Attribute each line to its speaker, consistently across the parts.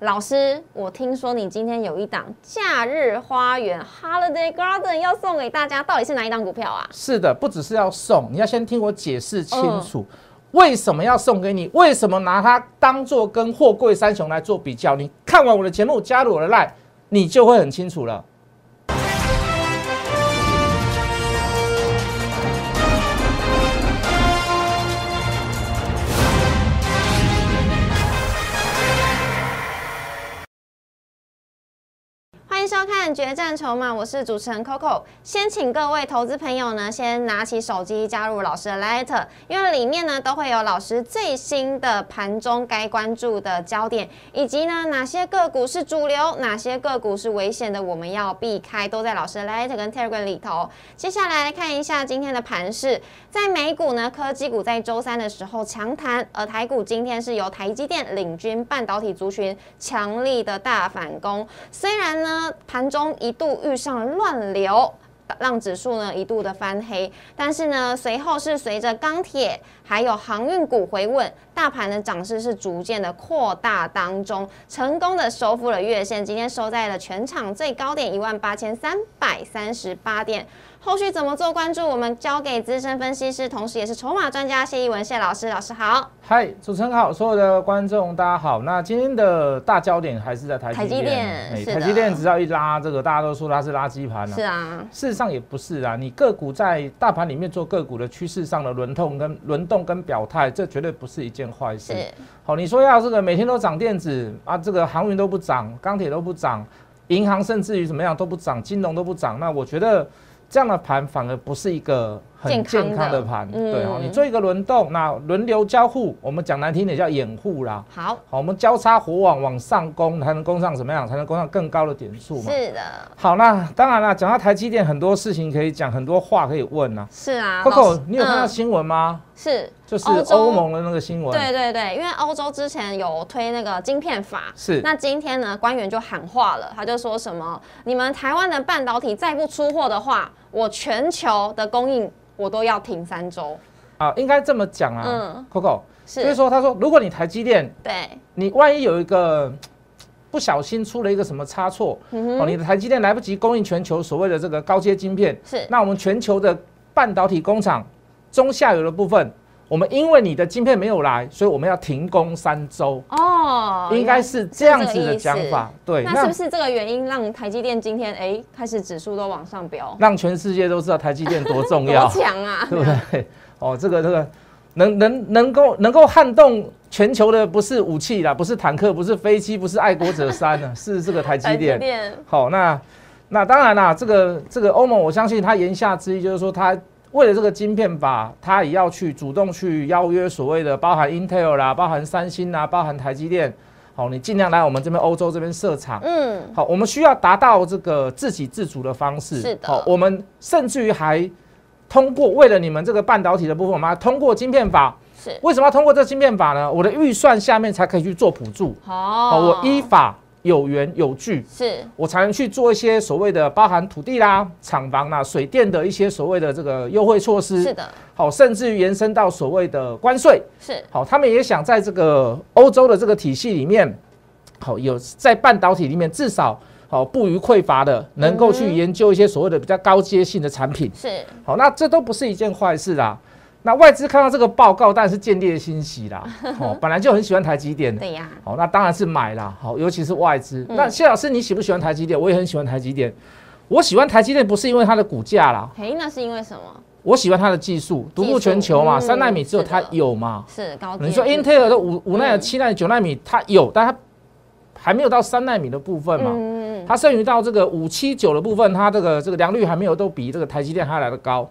Speaker 1: 老师，我听说你今天有一档假日花园 （Holiday Garden） 要送给大家，到底是哪一档股票啊？
Speaker 2: 是的，不只是要送，你要先听我解释清楚，
Speaker 1: 嗯
Speaker 2: 为什么要送给你？为什么拿它当做跟货柜三雄来做比较？你看完我的节目，加入我的 line，你就会很清楚了。
Speaker 1: 欢迎收看《决战筹码》，我是主持人 Coco。先请各位投资朋友呢，先拿起手机加入老师的 Light，因为里面呢都会有老师最新的盘中该关注的焦点，以及呢哪些个股是主流，哪些个股是危险的，我们要避开，都在老师的 Light 跟 Telegram 里头。接下来来看一下今天的盘势，在美股呢，科技股在周三的时候强弹，而台股今天是由台积电领军半导体族群强力的大反攻。虽然呢，盘中一度遇上乱流。让指数呢一度的翻黑，但是呢，随后是随着钢铁还有航运股回稳，大盘的涨势是逐渐的扩大当中，成功的收复了月线，今天收在了全场最高点一万八千三百三十八点。后续怎么做关注，我们交给资深分析师，同时也是筹码专家谢一文谢老师，老师好。
Speaker 2: 嗨，主持人好，所有的观众大家好。那今天的大焦点还是在台积
Speaker 1: 台积
Speaker 2: 电
Speaker 1: 电，
Speaker 2: 哎
Speaker 1: 是的
Speaker 2: 台积电只要一拉这个，大家都说它是垃圾盘了、
Speaker 1: 是啊，
Speaker 2: 事实上也不是啊，你个股在大盘里面做个股的趋势上的轮动跟轮动跟表态，这绝对不是一件坏事。
Speaker 1: 是
Speaker 2: 好，你说要这个每天都涨电子啊，这个航运都不涨，钢铁都不涨，银行甚至于怎么样都不涨，金融都不涨，那我觉得这样的盘反而不是一个很
Speaker 1: 健康
Speaker 2: 健
Speaker 1: 的
Speaker 2: 康的盘，
Speaker 1: 嗯
Speaker 2: 对哦，你做一个轮动，那轮流交互，我们讲难听点叫掩护啦。
Speaker 1: 好，
Speaker 2: 好，我们交叉火网往上攻，才能攻上怎么样？才能攻上更高的点数嘛。
Speaker 1: 是的，
Speaker 2: 好，那当然啦，讲到台积电，很多事情可以讲，很多话可以问啊。
Speaker 1: 是啊。老
Speaker 2: Coco，
Speaker 1: 师
Speaker 2: 你有看到
Speaker 1: 嗯
Speaker 2: 新闻吗？
Speaker 1: 是
Speaker 2: 就是
Speaker 1: 欧洲
Speaker 2: 欧盟的那个新闻。
Speaker 1: 对对对，因为欧洲之前有推那个晶片法，
Speaker 2: 是
Speaker 1: 那今天呢，官员就喊话了，他就说什么：你们台湾的半导体再不出货的话，我全球的供应我都要停三周。
Speaker 2: 啊，应该这么讲啊
Speaker 1: 嗯
Speaker 2: ，Coco。
Speaker 1: 是，
Speaker 2: 所以说，他说，如果你台积电，
Speaker 1: 对，
Speaker 2: 你万一有一个嘖不小心出了一个什么差错，
Speaker 1: 嗯
Speaker 2: 哦，你的台积电来不及供应全球所谓的这个高阶晶片，
Speaker 1: 是
Speaker 2: 那我们全球的半导体工厂中下游的部分，我们因为你的晶片没有来，所以我们要停工三周，
Speaker 1: 哦，
Speaker 2: 应该是这样子的讲
Speaker 1: 是这个意
Speaker 2: 法
Speaker 1: 思。
Speaker 2: 对，
Speaker 1: 那是不是这个原因让台积电今天哎开始指数都往上飙，
Speaker 2: 让全世界都知道台积电多重
Speaker 1: 多
Speaker 2: 要，
Speaker 1: 强 啊！
Speaker 2: 对不对？哦，这个这个能能能够能够撼动全球的不是武器啦，不是坦克，不是飞机，不是爱国者 三呢、是这个台积
Speaker 1: 台积
Speaker 2: 电。
Speaker 1: 电
Speaker 2: 好，那那当然啦，这个这个欧盟，我相信他言下之意就是说，他为了这个晶片法，他也要去主动去邀约所谓的包含 Intel 啦，包含三星啊啦，包含台积电。好，你尽量来我们这边欧洲这边设厂。
Speaker 1: 嗯，
Speaker 2: 好，我们需要达到这个自给自足的方式。
Speaker 1: 是的
Speaker 2: 好，我们甚至于还通过为了你们这个半导体的部分，我们还通过晶片法。
Speaker 1: 是
Speaker 2: 为什么要通过这晶片法呢？我的预算下面才可以去做补助。好，
Speaker 1: 哦
Speaker 2: 我依法有源有据，
Speaker 1: 是
Speaker 2: 我才能去做一些所谓的包含土地啦、厂房啦、水电的一些所谓的这个优惠措施。
Speaker 1: 是的，
Speaker 2: 好，甚至于延伸到所谓的关税。
Speaker 1: 是
Speaker 2: 好，他们也想在这个欧洲的这个体系里面，好有在半导体里面至少好不虞匮乏的，能够去研究一些所谓的比较高阶性的产品。
Speaker 1: 是
Speaker 2: 好，那这都不是一件坏事啦。那外资看到这个报告，当然是见猎欣喜 啦。哦，本来就很喜欢台积电的。
Speaker 1: 对嗯呀，
Speaker 2: 好，那当然是买啦。好，尤其是外资。那谢老师，你喜不喜欢台积电？我也很喜欢台积电。我喜欢台积电不是因为它的股价啦，
Speaker 1: 哎，那是因为什么？
Speaker 2: 我喜欢它的技术，独
Speaker 1: 技
Speaker 2: 步
Speaker 1: 术
Speaker 2: 全球嘛，
Speaker 1: 嗯
Speaker 2: 三纳米只有
Speaker 1: 是
Speaker 2: 它
Speaker 1: 的
Speaker 2: 有嘛。
Speaker 1: 是高阶。
Speaker 2: 你说 Intel 的五五纳米、七纳米、九纳米，它有，但它还没有到三纳米的部分嘛，
Speaker 1: 嗯，
Speaker 2: 它剩余到这个五七九的部分，它这个这个良率还没有都比这个台积电还来的高。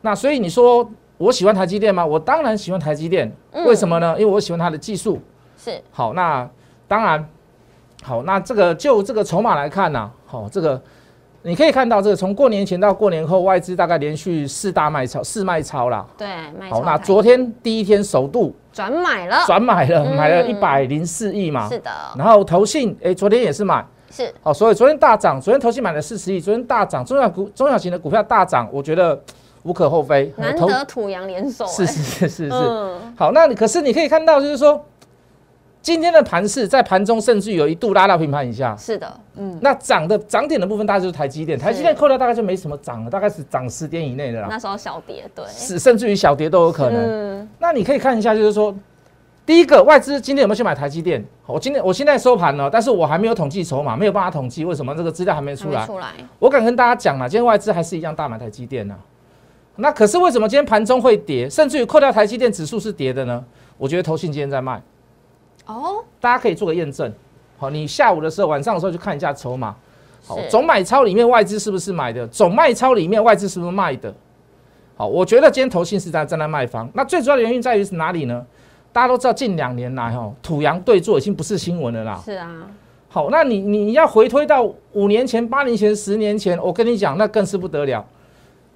Speaker 2: 那所以你说我喜欢台积电吗？我当然喜欢台积电，
Speaker 1: 嗯
Speaker 2: 为什么呢？因为我喜欢它的技术。
Speaker 1: 是
Speaker 2: 好，那当然，好，那这个就这个筹码来看呢、好，这个你可以看到，这个从过年前到过年后，外资大概连续四大卖超，四卖超啦。
Speaker 1: 对，卖
Speaker 2: 好，
Speaker 1: 超
Speaker 2: 那
Speaker 1: 台
Speaker 2: 昨天第一天首度
Speaker 1: 转买了，
Speaker 2: 转买了，
Speaker 1: 嗯
Speaker 2: 买了一百零四亿嘛。
Speaker 1: 是的，
Speaker 2: 然后投信，哎，昨天也是买，
Speaker 1: 是
Speaker 2: 哦，所以昨天大涨，昨天投信买了四十亿，昨天大涨，中小股中小型的股票大涨，我觉得嘖无可厚非。哦
Speaker 1: 难
Speaker 2: 投
Speaker 1: 得土洋联手、欸，
Speaker 2: 是是是是是。
Speaker 1: 嗯，
Speaker 2: 好，那你可是你可以看到，就是说今天的盘市在盘中甚至有一度拉到平盘以下，
Speaker 1: 是的，嗯，
Speaker 2: 那涨的涨点的部分大概就是台积电，台积电扣掉大概就没什么涨了，大概是涨十点以内的啦，
Speaker 1: 那时候小跌，对，
Speaker 2: 啊是甚至于小跌都有可能。
Speaker 1: 嗯，
Speaker 2: 那你可以看一下，就是说，第一个外资今天有没有去买台积电？我今天我现在收盘了，但是我还没有统计筹码，没有办法统计，为什么这个资料还没
Speaker 1: 还
Speaker 2: 出
Speaker 1: 没
Speaker 2: 来？
Speaker 1: 出来，
Speaker 2: 我敢跟大家讲啦，今天外资还是一样大买台积电呐、那可是为什么今天盘中会跌，甚至于扣掉台积电指数是跌的呢？我觉得投信今天在卖，
Speaker 1: 哦，
Speaker 2: 大家可以做个验证。好，你下午的时候、晚上的时候去看一下筹码。好，
Speaker 1: 是
Speaker 2: 总买超里面外资是不是买的？总卖超里面外资是不是卖的？好，我觉得今天投信是在站在卖方。那最主要的原因在于是哪里呢？大家都知道近两年来哈，土洋对坐已经不是新闻了啦。
Speaker 1: 是啊，
Speaker 2: 好，那你你要回推到五年前、八年前、十年前，我跟你讲，那更是不得了。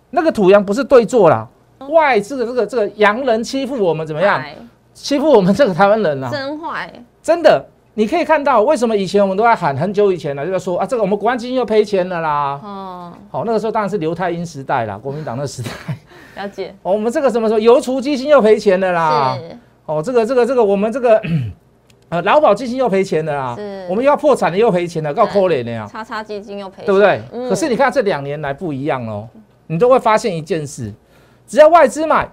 Speaker 2: 那个土洋不是对坐啦，外资的这个这个洋人欺负我们怎么样？
Speaker 1: 坏？
Speaker 2: 欺负我们这个台湾人啦、
Speaker 1: 真坏，
Speaker 2: 真的，你可以看到为什么以前我们都在喊，很久以前了，就在说啊，这个我们国安基金又赔钱了啦。
Speaker 1: 哦，
Speaker 2: 好，那个时候当然是刘太英时代啦，国民党那时代。
Speaker 1: 了解，
Speaker 2: 哦，我们这个什么时候邮储基金又赔钱了啦？
Speaker 1: 是
Speaker 2: 哦，这个这个这个，我们这个呃劳保基金又赔钱了啦
Speaker 1: 是。
Speaker 2: 我们又要破产了，又赔钱了，够可怜的呀，
Speaker 1: 叉叉基金又赔钱，
Speaker 2: 啊对不对？
Speaker 1: 嗯
Speaker 2: 可是你看这两年来不一样哦，你都会发现一件事，只要外资买，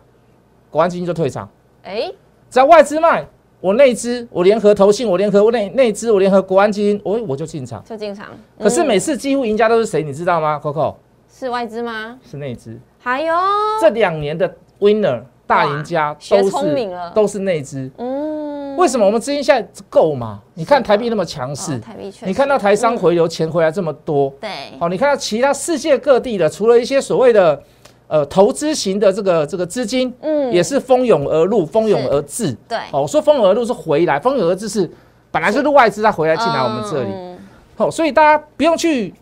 Speaker 2: 国安基金就退场。
Speaker 1: 哎，
Speaker 2: 只要外资卖，我内资，我联合投信，我联合内内资，我联合国安基金，我我就进场。
Speaker 1: 就进场，
Speaker 2: 可是
Speaker 1: 嗯
Speaker 2: 每次几乎赢家都是谁，你知道吗？Coco
Speaker 1: 是外资吗？
Speaker 2: 是内资，
Speaker 1: 还有，
Speaker 2: 这两年的 winner 大赢家
Speaker 1: 学
Speaker 2: 都
Speaker 1: 聪明
Speaker 2: 是
Speaker 1: 了
Speaker 2: 都是内资。
Speaker 1: 嗯，
Speaker 2: 为什么我们资金现在够嘛？你看
Speaker 1: 是的
Speaker 2: 台币那么强势
Speaker 1: 哦，台币确实，
Speaker 2: 你看到台商
Speaker 1: 嗯，
Speaker 2: 回流钱回来这么多，
Speaker 1: 对，
Speaker 2: 好，你看到其他世界各地的，除了一些所谓的呃投资型的这个这个资金，
Speaker 1: 嗯，
Speaker 2: 也是蜂拥而入，蜂拥
Speaker 1: 是
Speaker 2: 而至。
Speaker 1: 对，
Speaker 2: 哦，我说蜂拥而入是回来，蜂拥而至是本来就是外资它回来进来我们这里，
Speaker 1: 嗯，
Speaker 2: 好、所以大家不用去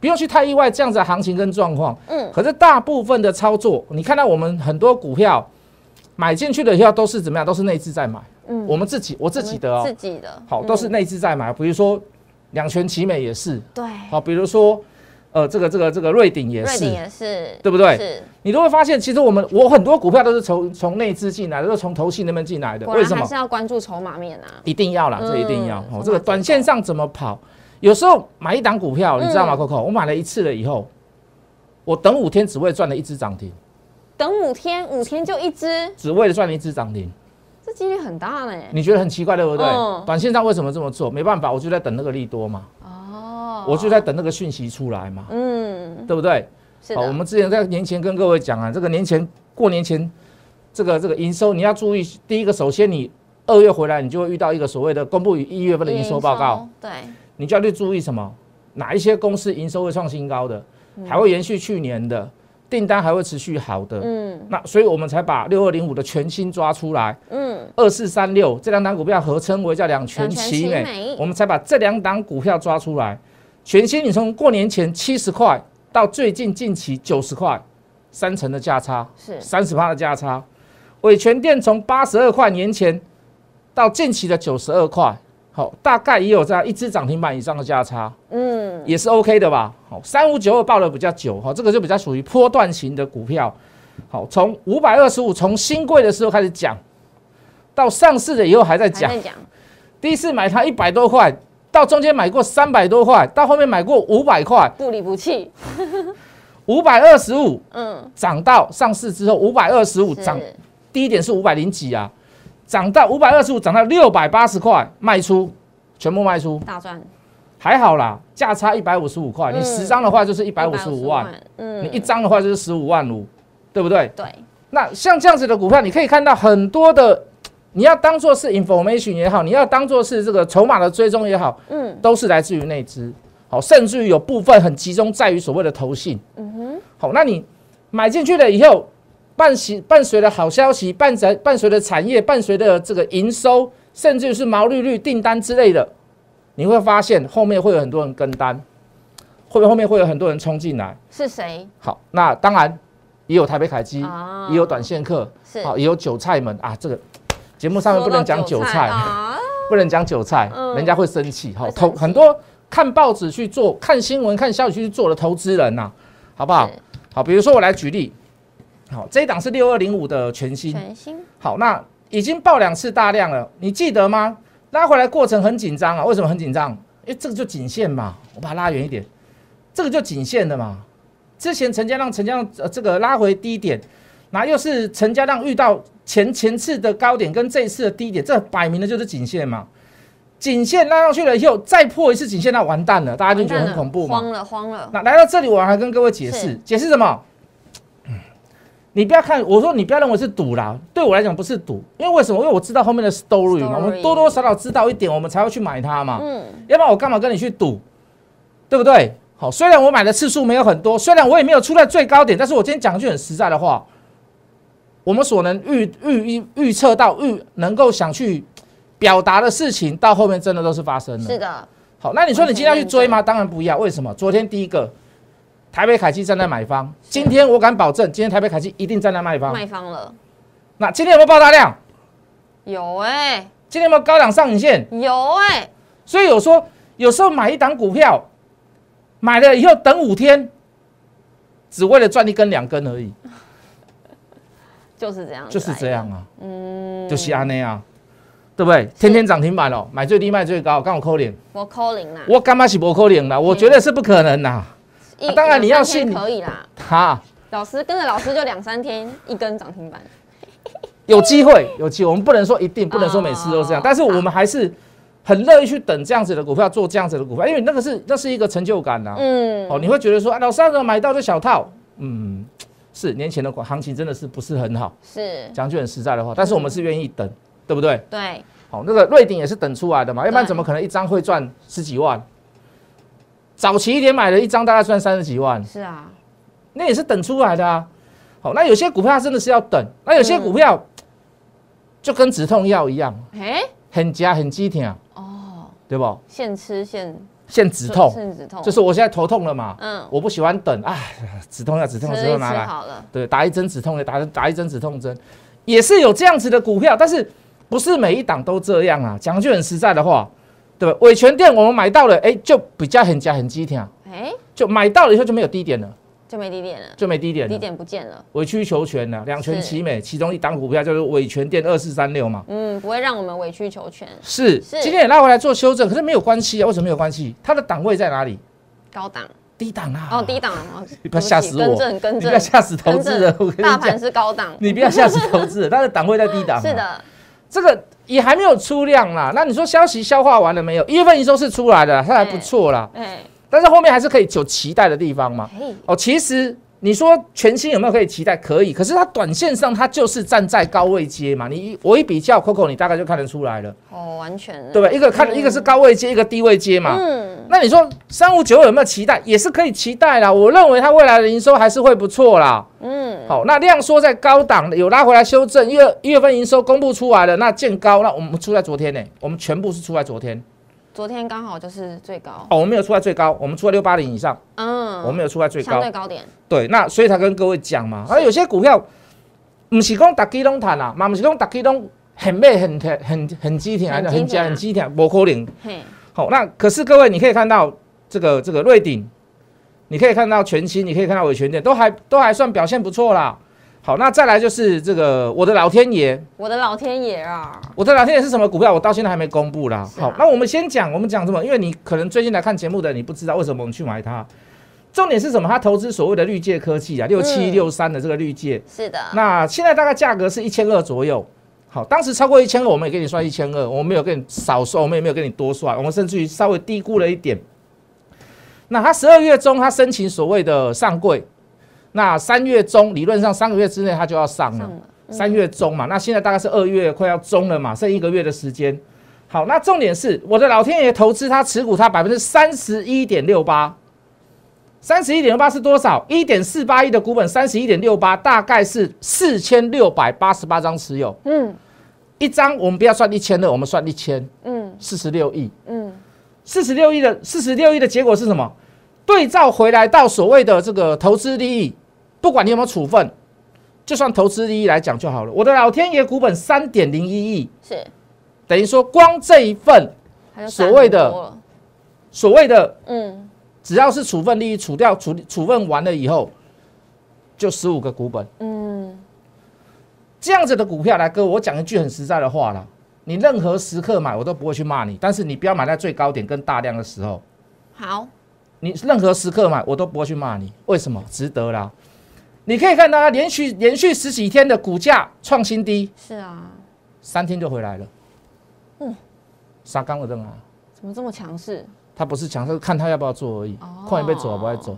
Speaker 2: 不用去太意外这样子的行情跟状况。
Speaker 1: 嗯，
Speaker 2: 可是大部分的操作，你看到我们很多股票买进去的以后都是怎么样？都是内资在买，
Speaker 1: 嗯
Speaker 2: 我们自己我自己的哦
Speaker 1: 自，己的，
Speaker 2: 好，都是
Speaker 1: 嗯
Speaker 2: 内资在买，比如说两全其美也是，
Speaker 1: 对，
Speaker 2: 好，比如说呃这个这个这个瑞鼎也
Speaker 1: 瑞
Speaker 2: 是
Speaker 1: 典。也是，
Speaker 2: 对不对
Speaker 1: 是，
Speaker 2: 你都会发现，其实我们我很多股票都是从从内资进来的，都是从投信那边进来的。
Speaker 1: 果
Speaker 2: 为
Speaker 1: 然
Speaker 2: 什么
Speaker 1: 还？是要关注筹码面啊，
Speaker 2: 一定要啦，
Speaker 1: 嗯
Speaker 2: 这一定要。
Speaker 1: 筹码
Speaker 2: 哦，这个
Speaker 1: 结构
Speaker 2: 短线上怎么跑？有时候买一档股票，你知道吗
Speaker 1: 嗯
Speaker 2: ，Coco？我买了一次了以后，我等五天只为赚了一只涨停，
Speaker 1: 等五天，五天就一只，
Speaker 2: 只为了赚了一只涨停。
Speaker 1: 这几率很大呢。
Speaker 2: 你觉得很奇怪，对不对
Speaker 1: 嗯？
Speaker 2: 短线上为什么这么做？没办法，我就在等那个利多嘛，
Speaker 1: 哦，
Speaker 2: 我就在等那个讯息出来嘛，
Speaker 1: 嗯，
Speaker 2: 对不对？
Speaker 1: 是的，
Speaker 2: 好，我们之前在年前跟各位讲啊，这个年前过年前，这个这个营收你要注意，第一个，首先你二月回来，你就会遇到一个所谓的公布于一月份的营收报告。，
Speaker 1: 对，
Speaker 2: 你就要去注意什么？哪一些公司营收会创新高的，
Speaker 1: 嗯
Speaker 2: 还会延续去年的订单，还会持续好的。
Speaker 1: 嗯
Speaker 2: 那所以我们才把六二零五的全新抓出来，
Speaker 1: 嗯，
Speaker 2: 二四三六这两档股票合称为叫两全其
Speaker 1: 两全其美
Speaker 2: 美，我们才把这两档股票抓出来。全新你从过年前七十块到最近近期九十块，三成的价差，
Speaker 1: 是
Speaker 2: 三十趴的价差。伟全店从八十二块年前到近期的九十二块，好，大概也有在一只涨停板以上的价差，
Speaker 1: 嗯
Speaker 2: 也是 OK 的吧？好，三五九二报的比较久，好，这个就比较属于波段型的股票。好，从五百二十五从新贵的时候开始讲，到上市了以后还在
Speaker 1: 还
Speaker 2: 讲
Speaker 1: 在，讲，
Speaker 2: 第一次买它一百多块，到中间买过三百多块，到后面买过五百块，
Speaker 1: 不离不弃，
Speaker 2: 五百二十五
Speaker 1: 嗯，
Speaker 2: 涨到上市之后五百二十五
Speaker 1: 是
Speaker 2: 涨第一点是五百零几啊，涨到五百二十五，涨到六百八十块，卖出，全部卖出，
Speaker 1: 大赚
Speaker 2: 还好啦，价差一百五十五块，
Speaker 1: 嗯
Speaker 2: 你十张的话就是一百五十五万，，
Speaker 1: 嗯
Speaker 2: 你一张的话就是十五万五，对不对？
Speaker 1: 对，
Speaker 2: 那像这样子的股票，你可以看到很多的，你要当做是 information 也好，你要当做是这个筹码的追踪也好，
Speaker 1: 嗯
Speaker 2: 都是来自于内资，好，甚至于有部分很集中在于所谓的投信。
Speaker 1: 嗯哼，
Speaker 2: 好，那你买进去了以后，伴随伴随着好消息，伴随伴随着产业，伴随着这个营收，甚至是毛利率、订单之类的，你会发现后面会有很多人跟单，会不会后面会有很多人冲进来？
Speaker 1: 是谁
Speaker 2: 好，那当然也有台北凯基，
Speaker 1: 啊
Speaker 2: 嗯也有短线客，哦
Speaker 1: 是
Speaker 2: 好，也有韭菜们啊，这个。节目上面不能讲韭菜，
Speaker 1: 啊，
Speaker 2: 不能讲韭菜，
Speaker 1: 嗯
Speaker 2: 人家会生气。好，
Speaker 1: 会生
Speaker 2: 投
Speaker 1: 气
Speaker 2: 很多看报纸去做、看新闻、看消息去做的投资人呐、好不好
Speaker 1: 是？
Speaker 2: 好，比如说我来举例，好，这一档是六二零五的全新，
Speaker 1: 全新
Speaker 2: 好，那已经爆两次大量了，你记得吗？拉回来过程很紧张啊，为什么很紧张？因为这个就颈线嘛，我把它拉远一点，这个就颈线的嘛。之前成交量成交量呃这个拉回低点，那又是成交量遇到前前次的高点跟这一次的低点，这摆明的就是颈线嘛。颈线拉上去了以后，再破一次颈线，那完蛋了，大家就觉得很恐怖嘛。
Speaker 1: 慌了慌了，
Speaker 2: 那来到这里，我还跟各位解释
Speaker 1: 是，
Speaker 2: 解释什么？嗯你不要看，我说你不要认为是赌啦，对我来讲不是赌，因为为什么？因为我知道后面的 story 嘛，
Speaker 1: Story
Speaker 2: 我们多多少少知道一点，我们才会去买它嘛。
Speaker 1: 嗯，
Speaker 2: 要不然我干嘛跟你去赌，对不对？好，虽然我买的次数没有很多，虽然我也没有出在最高点，但是我今天讲一句很实在的话，我们所能预预预预测到预能够想去表达的事情，到后面真的啊都是发生了。
Speaker 1: 是的，
Speaker 2: 好，那你说你今天要去追吗？当然不要，为什么？昨天第一个，台北凯基站在买方，今天我敢保证，今天台北凯基一定站在卖方。
Speaker 1: 卖方了，
Speaker 2: 那今天有没有爆大量？
Speaker 1: 有哎
Speaker 2: 今天有没有高档上影线？
Speaker 1: 有哎，
Speaker 2: 所以有说，有时候买一档股票，买了以后等五天，只为了赚一根两根而已，
Speaker 1: 就是这样，
Speaker 2: 就是这样，啊，
Speaker 1: 嗯，
Speaker 2: 就是安内啊，对不对？天天涨停板哦，买最低卖最高，刚好扣脸，
Speaker 1: 我 calling 啦，
Speaker 2: 我干嘛是不扣脸啦？我觉得是不可能啦，
Speaker 1: 一
Speaker 2: 啊当然你要
Speaker 1: 两三天
Speaker 2: 信
Speaker 1: 可以啦，
Speaker 2: 哈。
Speaker 1: 老师跟着老师就两三天一根涨停板，
Speaker 2: 有机会，有机会，我们不能说一定，不能说每次都这样，
Speaker 1: 哦
Speaker 2: 但是我们还是很乐意去等这样子的股票，做这样子的股票，因为那个是那是一个成就感呐、
Speaker 1: 嗯，
Speaker 2: 哦，你会觉得说，啊，老师让买到这小套，嗯，是年前的行情真的是不是很好，
Speaker 1: 是，
Speaker 2: 讲句很实在的话，但是我们是愿意等，对不对？
Speaker 1: 对，
Speaker 2: 好、那个瑞鼎也是等出来的嘛，要不然
Speaker 1: 对
Speaker 2: 怎么可能一张会赚十几万？早期一点买的一张大概赚三十几万，
Speaker 1: 是啊，
Speaker 2: 那也是等出来的啊。好，那有些股票真的是要等，那有些股票
Speaker 1: 嗯
Speaker 2: 就跟止痛药一样，
Speaker 1: 哎，
Speaker 2: 很夹很激挺啊，
Speaker 1: 哦，
Speaker 2: 对不？
Speaker 1: 现吃现
Speaker 2: 现止痛，
Speaker 1: 现止痛，
Speaker 2: 就是我现在头痛了嘛，
Speaker 1: 嗯，
Speaker 2: 我不喜欢等，哎，止痛药止痛
Speaker 1: 吃
Speaker 2: 药
Speaker 1: 一
Speaker 2: 止痛药
Speaker 1: 吃
Speaker 2: 拿来，
Speaker 1: 好了，
Speaker 2: 对，打一针止痛药，打打一针止痛针，也是有这样子的股票，但是不是每一档都这样啊？讲句很实在的话，对吧？伟权店我们买到了，哎，就比较很夹很激挺啊，
Speaker 1: 哎，
Speaker 2: 就买到了以后就没有低点了，
Speaker 1: 就没低点了，
Speaker 2: 就没低点了
Speaker 1: 低。点不见了，
Speaker 2: 委曲求全呐、两全
Speaker 1: 是
Speaker 2: 其美，其中一档股票就是伟权店二四三六嘛。
Speaker 1: 嗯，不会让我们委曲求全，
Speaker 2: 是，
Speaker 1: 是
Speaker 2: 今天也拉回来做修正，可是没有关系啊。为什么没有关系？它的档位在哪里？
Speaker 1: 高档。
Speaker 2: 低档啊。
Speaker 1: 哦，低档哦，
Speaker 2: 你不要吓死我
Speaker 1: 对不起更正更
Speaker 2: 你
Speaker 1: 正，
Speaker 2: 不要吓死投资人
Speaker 1: 更正
Speaker 2: 我跟你
Speaker 1: 大
Speaker 2: 讲
Speaker 1: 盘是高档，
Speaker 2: 你不要吓死投 资人，它的档位在低档、啊
Speaker 1: 是，的，
Speaker 2: 这个也还没有出量啦。那你说消息消化完了没有？一月份营收是出来的，它还不错啦，
Speaker 1: 哎，
Speaker 2: 但是后面还是可以有期待的地方嘛。
Speaker 1: 可以，
Speaker 2: 哦，其实你说全新有没有可以期待？可以，可是它短线上它就是站在高位接嘛。你一我一比较 Coco，你大概就看得出来了，
Speaker 1: 哦，完全，
Speaker 2: 对吧？一个看、一个是高位接，一个低位接嘛。
Speaker 1: 嗯，
Speaker 2: 那你说三五九有没有期待？也是可以期待啦。我认为它未来的营收还是会不错啦。
Speaker 1: 嗯
Speaker 2: 好，那量缩在高档有拉回来修正，一月一月份营收公布出来了，那见高，那我们出在昨天呢、我们全部是出在昨天
Speaker 1: 昨天刚好就是最高，
Speaker 2: 哦，我们没有出在最高，我们出在六八零以上，
Speaker 1: 嗯，
Speaker 2: 我们没有出在最
Speaker 1: 相
Speaker 2: 高
Speaker 1: 对。高点，
Speaker 2: 对，那所以才跟各位讲嘛，啊而有些股票不是讲大基拢谈啦，啊嘛不是讲大基拢很美很很很很激挺，还是很
Speaker 1: 很激挺
Speaker 2: 假
Speaker 1: 啊
Speaker 2: 很激挺，不可能。
Speaker 1: 嘿，
Speaker 2: 好，那可是各位，你可以看到这个这个瑞鼎，你可以看到全新，你可以看到伟全店，都还都还算表现不错啦。好，那再来就是这个我的老天爷，
Speaker 1: 我的老天爷啊，
Speaker 2: 我的老天爷是什么股票？我到现在还没公布啦。
Speaker 1: 是啊
Speaker 2: 好，那我们先讲，我们讲什么？因为你可能最近来看节目的，你不知道为什么我们去买它。重点是什么？它投资所谓的绿界科技啊，六七六三的这个绿界，
Speaker 1: 是的，
Speaker 2: 那现在大概价格是一千二左右。好，当时超过一千二，我们也给你算一千二，我们没有跟你少算，我们也没有跟你多算，我们甚至于稍微低估了一点。那他十二月中他申请所谓的上柜，那三月中理论上三个月之内他就要上了
Speaker 1: 上，了，嗯
Speaker 2: 三月中嘛，那现在大概是二月快要中了嘛，剩一个月的时间。好，那重点是我的老天爷投资他持股他百分之三十一点六八，三十一点六八是多少？一点四八亿的股本，三十一点六八大概是四千六百八十八张持有，
Speaker 1: 嗯
Speaker 2: 一张我们不要算一千的，我们算一千
Speaker 1: 嗯
Speaker 2: 四十六亿，
Speaker 1: 嗯，
Speaker 2: 四十六亿的四十六亿的结果是什么？对照回来到所谓的这个投资利益，不管你有没有处分，就算投资利益来讲就好了。我的老天爷股本三点零一亿，
Speaker 1: 是，
Speaker 2: 等于说光这一份
Speaker 1: 它就
Speaker 2: 所谓的
Speaker 1: 涨很多了，
Speaker 2: 所谓的
Speaker 1: 嗯，
Speaker 2: 只要是处分利益除掉处处分完了以后，就十五个股本。
Speaker 1: 嗯，
Speaker 2: 这样子的股票，来哥，我讲一句很实在的话啦，你任何时刻买我都不会去骂你，但是你不要买在最高点跟大量的时候。
Speaker 1: 好，
Speaker 2: 你任何时刻买，我都不会去骂你。为什么？值得啦！你可以看到它连续连续十几天的股价创新低，
Speaker 1: 是啊，
Speaker 2: 三天就回来了。
Speaker 1: 嗯
Speaker 2: 嗯，杀刚的灯啊，
Speaker 1: 怎么这么强势？
Speaker 2: 它不是强势，看它要不要做而已
Speaker 1: 哦。
Speaker 2: 快点被走，啊不会走。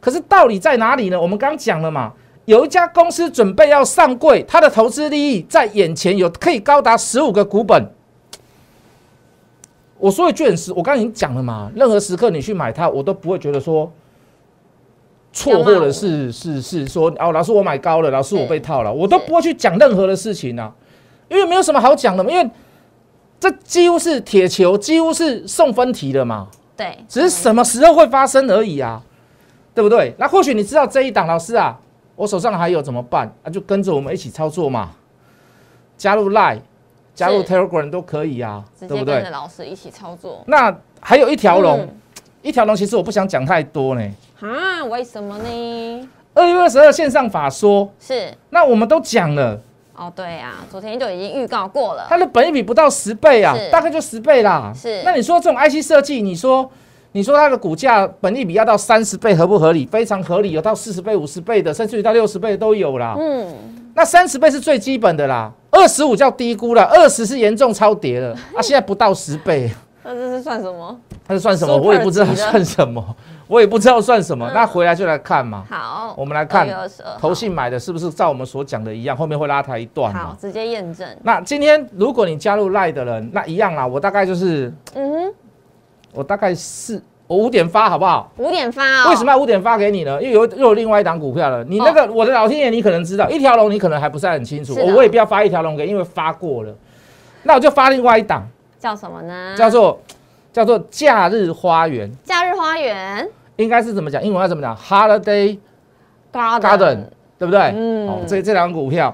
Speaker 2: 可是道理在哪里呢？我们刚讲了嘛，有一家公司准备要上柜，它的投资利益在眼前有可以高达十五个股本。我说一句很实，我刚刚已经讲了嘛，任何时刻你去买它，我都不会觉得说错，或者是是是说哦，老师我买高了，老师我被套了，我都不会去讲任何的事情啊，因为没有什么好讲的嘛，因为这几乎是铁球，几乎是送分题了嘛。
Speaker 1: 对，
Speaker 2: 只是什么时候会发生而已啊，对不对？那或许你知道这一档，老师啊，我手上还有怎么办啊？就跟着我们一起操作嘛，加入 Line，加入 Telegram 都可以啊，
Speaker 1: 直
Speaker 2: 对
Speaker 1: 接
Speaker 2: 不
Speaker 1: 跟
Speaker 2: 对
Speaker 1: 着？老师一起操作。
Speaker 2: 那还有一条龙，
Speaker 1: 嗯
Speaker 2: 一条龙其实我不想讲太多呢。
Speaker 1: 啊？为什么呢？
Speaker 2: 二月二十二线上法说，
Speaker 1: 是
Speaker 2: 那我们都讲了，
Speaker 1: 哦，对啊，昨天就已经预告过了。
Speaker 2: 它的本益比不到十倍啊
Speaker 1: 是，
Speaker 2: 大概就十倍啦。
Speaker 1: 是
Speaker 2: 那你说这种 IC 设计，你说你说它的股价本益比要到三十倍合不合理？非常合理，有到四十倍、五十倍的，甚至于到六十倍都有啦。
Speaker 1: 嗯，
Speaker 2: 那三十倍是最基本的啦，二十五叫低估了，二十是严重超 跌了啊，现在不到十倍，
Speaker 1: 那这是算什么？
Speaker 2: 它是算什么？
Speaker 1: Super 嗯
Speaker 2: 我也不知道
Speaker 1: 级的
Speaker 2: 算什么，我也不知道算什么。那回来就来看嘛，
Speaker 1: 好，
Speaker 2: 我们来看
Speaker 1: 2月22
Speaker 2: 投信买的是不是照我们所讲的一样，后面会拉抬一段
Speaker 1: 好，
Speaker 2: 嘛？
Speaker 1: 直接验证。
Speaker 2: 那今天如果你加入赖的人，那一样啦，我大概就是
Speaker 1: 嗯哼，
Speaker 2: 我大概是我五点发好不好？
Speaker 1: 五点发哦。
Speaker 2: 为什么？要五点发给你呢？因为有又有另外一档股票了。你那个、我的老天爷，你可能知道一条龙，你可能还不是很清楚。
Speaker 1: 哦是的
Speaker 2: 我我也不要发一条龙给，因为发过了。那我就发另外一档，
Speaker 1: 叫什么呢？
Speaker 2: 叫做叫做假日花园，
Speaker 1: 假日花园
Speaker 2: 应该是怎么讲？英文要怎么讲？Holiday Garden，
Speaker 1: Garden。
Speaker 2: 对不对？
Speaker 1: 嗯
Speaker 2: 嗯，哦，这这两股票，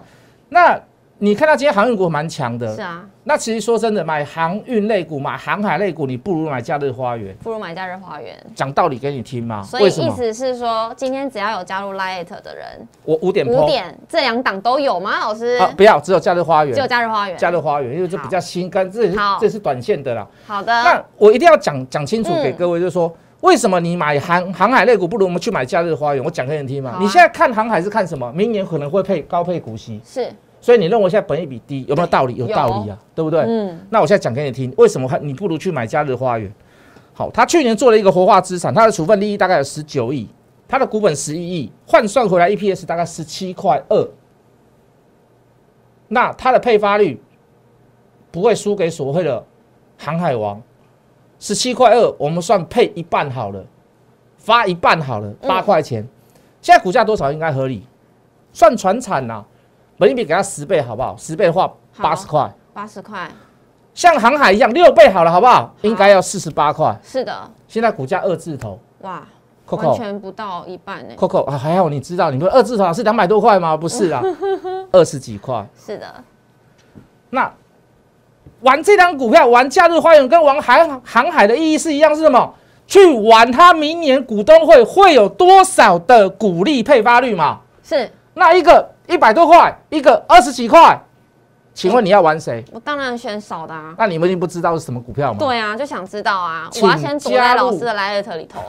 Speaker 2: 那你看到今天航运股蛮强
Speaker 1: 是
Speaker 2: 的，
Speaker 1: 啊，
Speaker 2: 那其实说真的，买航运类股、买航海类股，你不如买假日花园。
Speaker 1: 不如买假日花园。
Speaker 2: 讲道理给你听嘛？
Speaker 1: 所以
Speaker 2: 为什
Speaker 1: 意
Speaker 2: 么？
Speaker 1: 思是说，今天只要有加入 Lite 的人，
Speaker 2: 我五点
Speaker 1: 五
Speaker 2: 破
Speaker 1: 点这两档都有吗？老师，
Speaker 2: 啊，不要，只有假日花园
Speaker 1: 只有。假日花园。
Speaker 2: 加入花园，因为这
Speaker 1: 好
Speaker 2: 比较新，干这也是
Speaker 1: 好
Speaker 2: 这也是短线的啦。
Speaker 1: 好
Speaker 2: 那
Speaker 1: 的，
Speaker 2: 我一定要讲讲清楚
Speaker 1: 嗯
Speaker 2: 给各位，就是说为什么你买航航海类股不如我们去买假日花园？我讲给你听嘛
Speaker 1: 好。啊
Speaker 2: 你现在看航海是看什么？明年可能会配高配股息，
Speaker 1: 是，
Speaker 2: 所以你认为现在本益比低有没有道理？有
Speaker 1: 有
Speaker 2: 道理啊，对不对？
Speaker 1: 嗯，
Speaker 2: 那我现在讲给你听，为什么你不如去买假日花园？好，他去年做了一个活化资产，他的处分利益大概有十九亿，他的股本十一亿，换算回来 EPS 大概十七块二。那它的配发率不会输给所谓的航海王，十七块二，我们算配一半好了，发一半好了，八块钱。现在股价多少应该合理？算船产呐、本一比给它十倍好不好？十倍的话
Speaker 1: 好
Speaker 2: 八十块。
Speaker 1: 八十块，
Speaker 2: 像航海一样六倍好了，好不好？应该要四十八块，
Speaker 1: 是的，
Speaker 2: 现在股价二字头
Speaker 1: 哇，完
Speaker 2: ，Coco
Speaker 1: 全不到一半呢。
Speaker 2: Coco 啊，还好你知道，你们二字头是两百多块吗？不是啦，二十几块。
Speaker 1: 是的，
Speaker 2: 那玩这张股票，玩假日花园跟玩航航海的意义是一样，是什么？去玩它明年股东会会有多少的股利配发率嘛？
Speaker 1: 是
Speaker 2: 那一个一百多块，一个二十几块，请问你要玩谁？
Speaker 1: 我当然选少的啊。
Speaker 2: 那你们一定不知道是什么股票吗？
Speaker 1: 对啊，就想知道啊，
Speaker 2: 哦请
Speaker 1: 我要先躲在
Speaker 2: 加入
Speaker 1: 老师的 Lite 里头。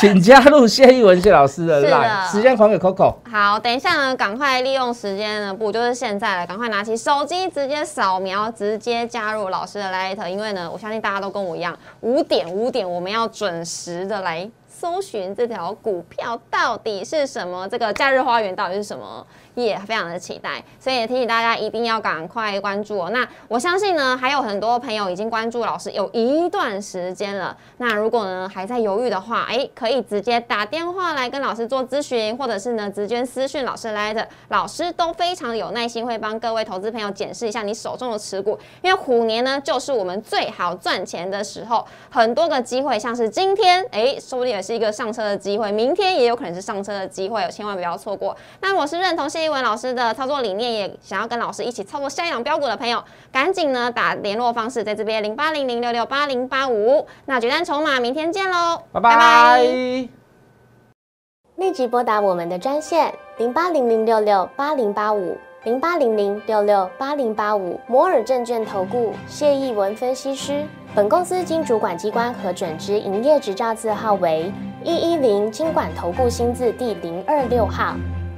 Speaker 2: 请加入谢一文谢老师的
Speaker 1: 是的
Speaker 2: line，时间还给 Coco。
Speaker 1: 好，等一下呢，赶快利用时间呢，不就是现在了？赶快拿起手机，直接扫描，直接加入老师的 Light，因为呢，我相信大家都跟我一样，五点五点我们要准时的来搜寻这条股票到底是什么，这个假日花园到底是什么，也非常的期待，所以也提醒大家一定要赶快关注哦。那我相信呢，还有很多朋友已经关注老师有一段时间了。那如果呢还在犹豫的话，哎，可以直接打电话来跟老师做咨询，或者是呢直接私讯老师来的，老师都非常有耐心，会帮各位投资朋友检视一下你手中的持股，因为虎年呢就是我们最好赚钱的时候，很多个机会，像是今天，哎，说不定也是一个上车的机会，明天也有可能是上车的机会，千万不要错过。那我是认同谢一文老师的操作理念，也想要跟老师一起操作下一档标股的朋友，赶紧呢打联络方式在这边零八零零六六八零八五。那决战筹码，明天见喽，
Speaker 2: 拜拜。
Speaker 3: 立即拨打我们的专线零八零零六六八零八五零八零零六六八零八五摩尔证券投顾谢义文分析师。本公司经主管机关核准之营业执照字号为一一零金管投顾新字第零二六号。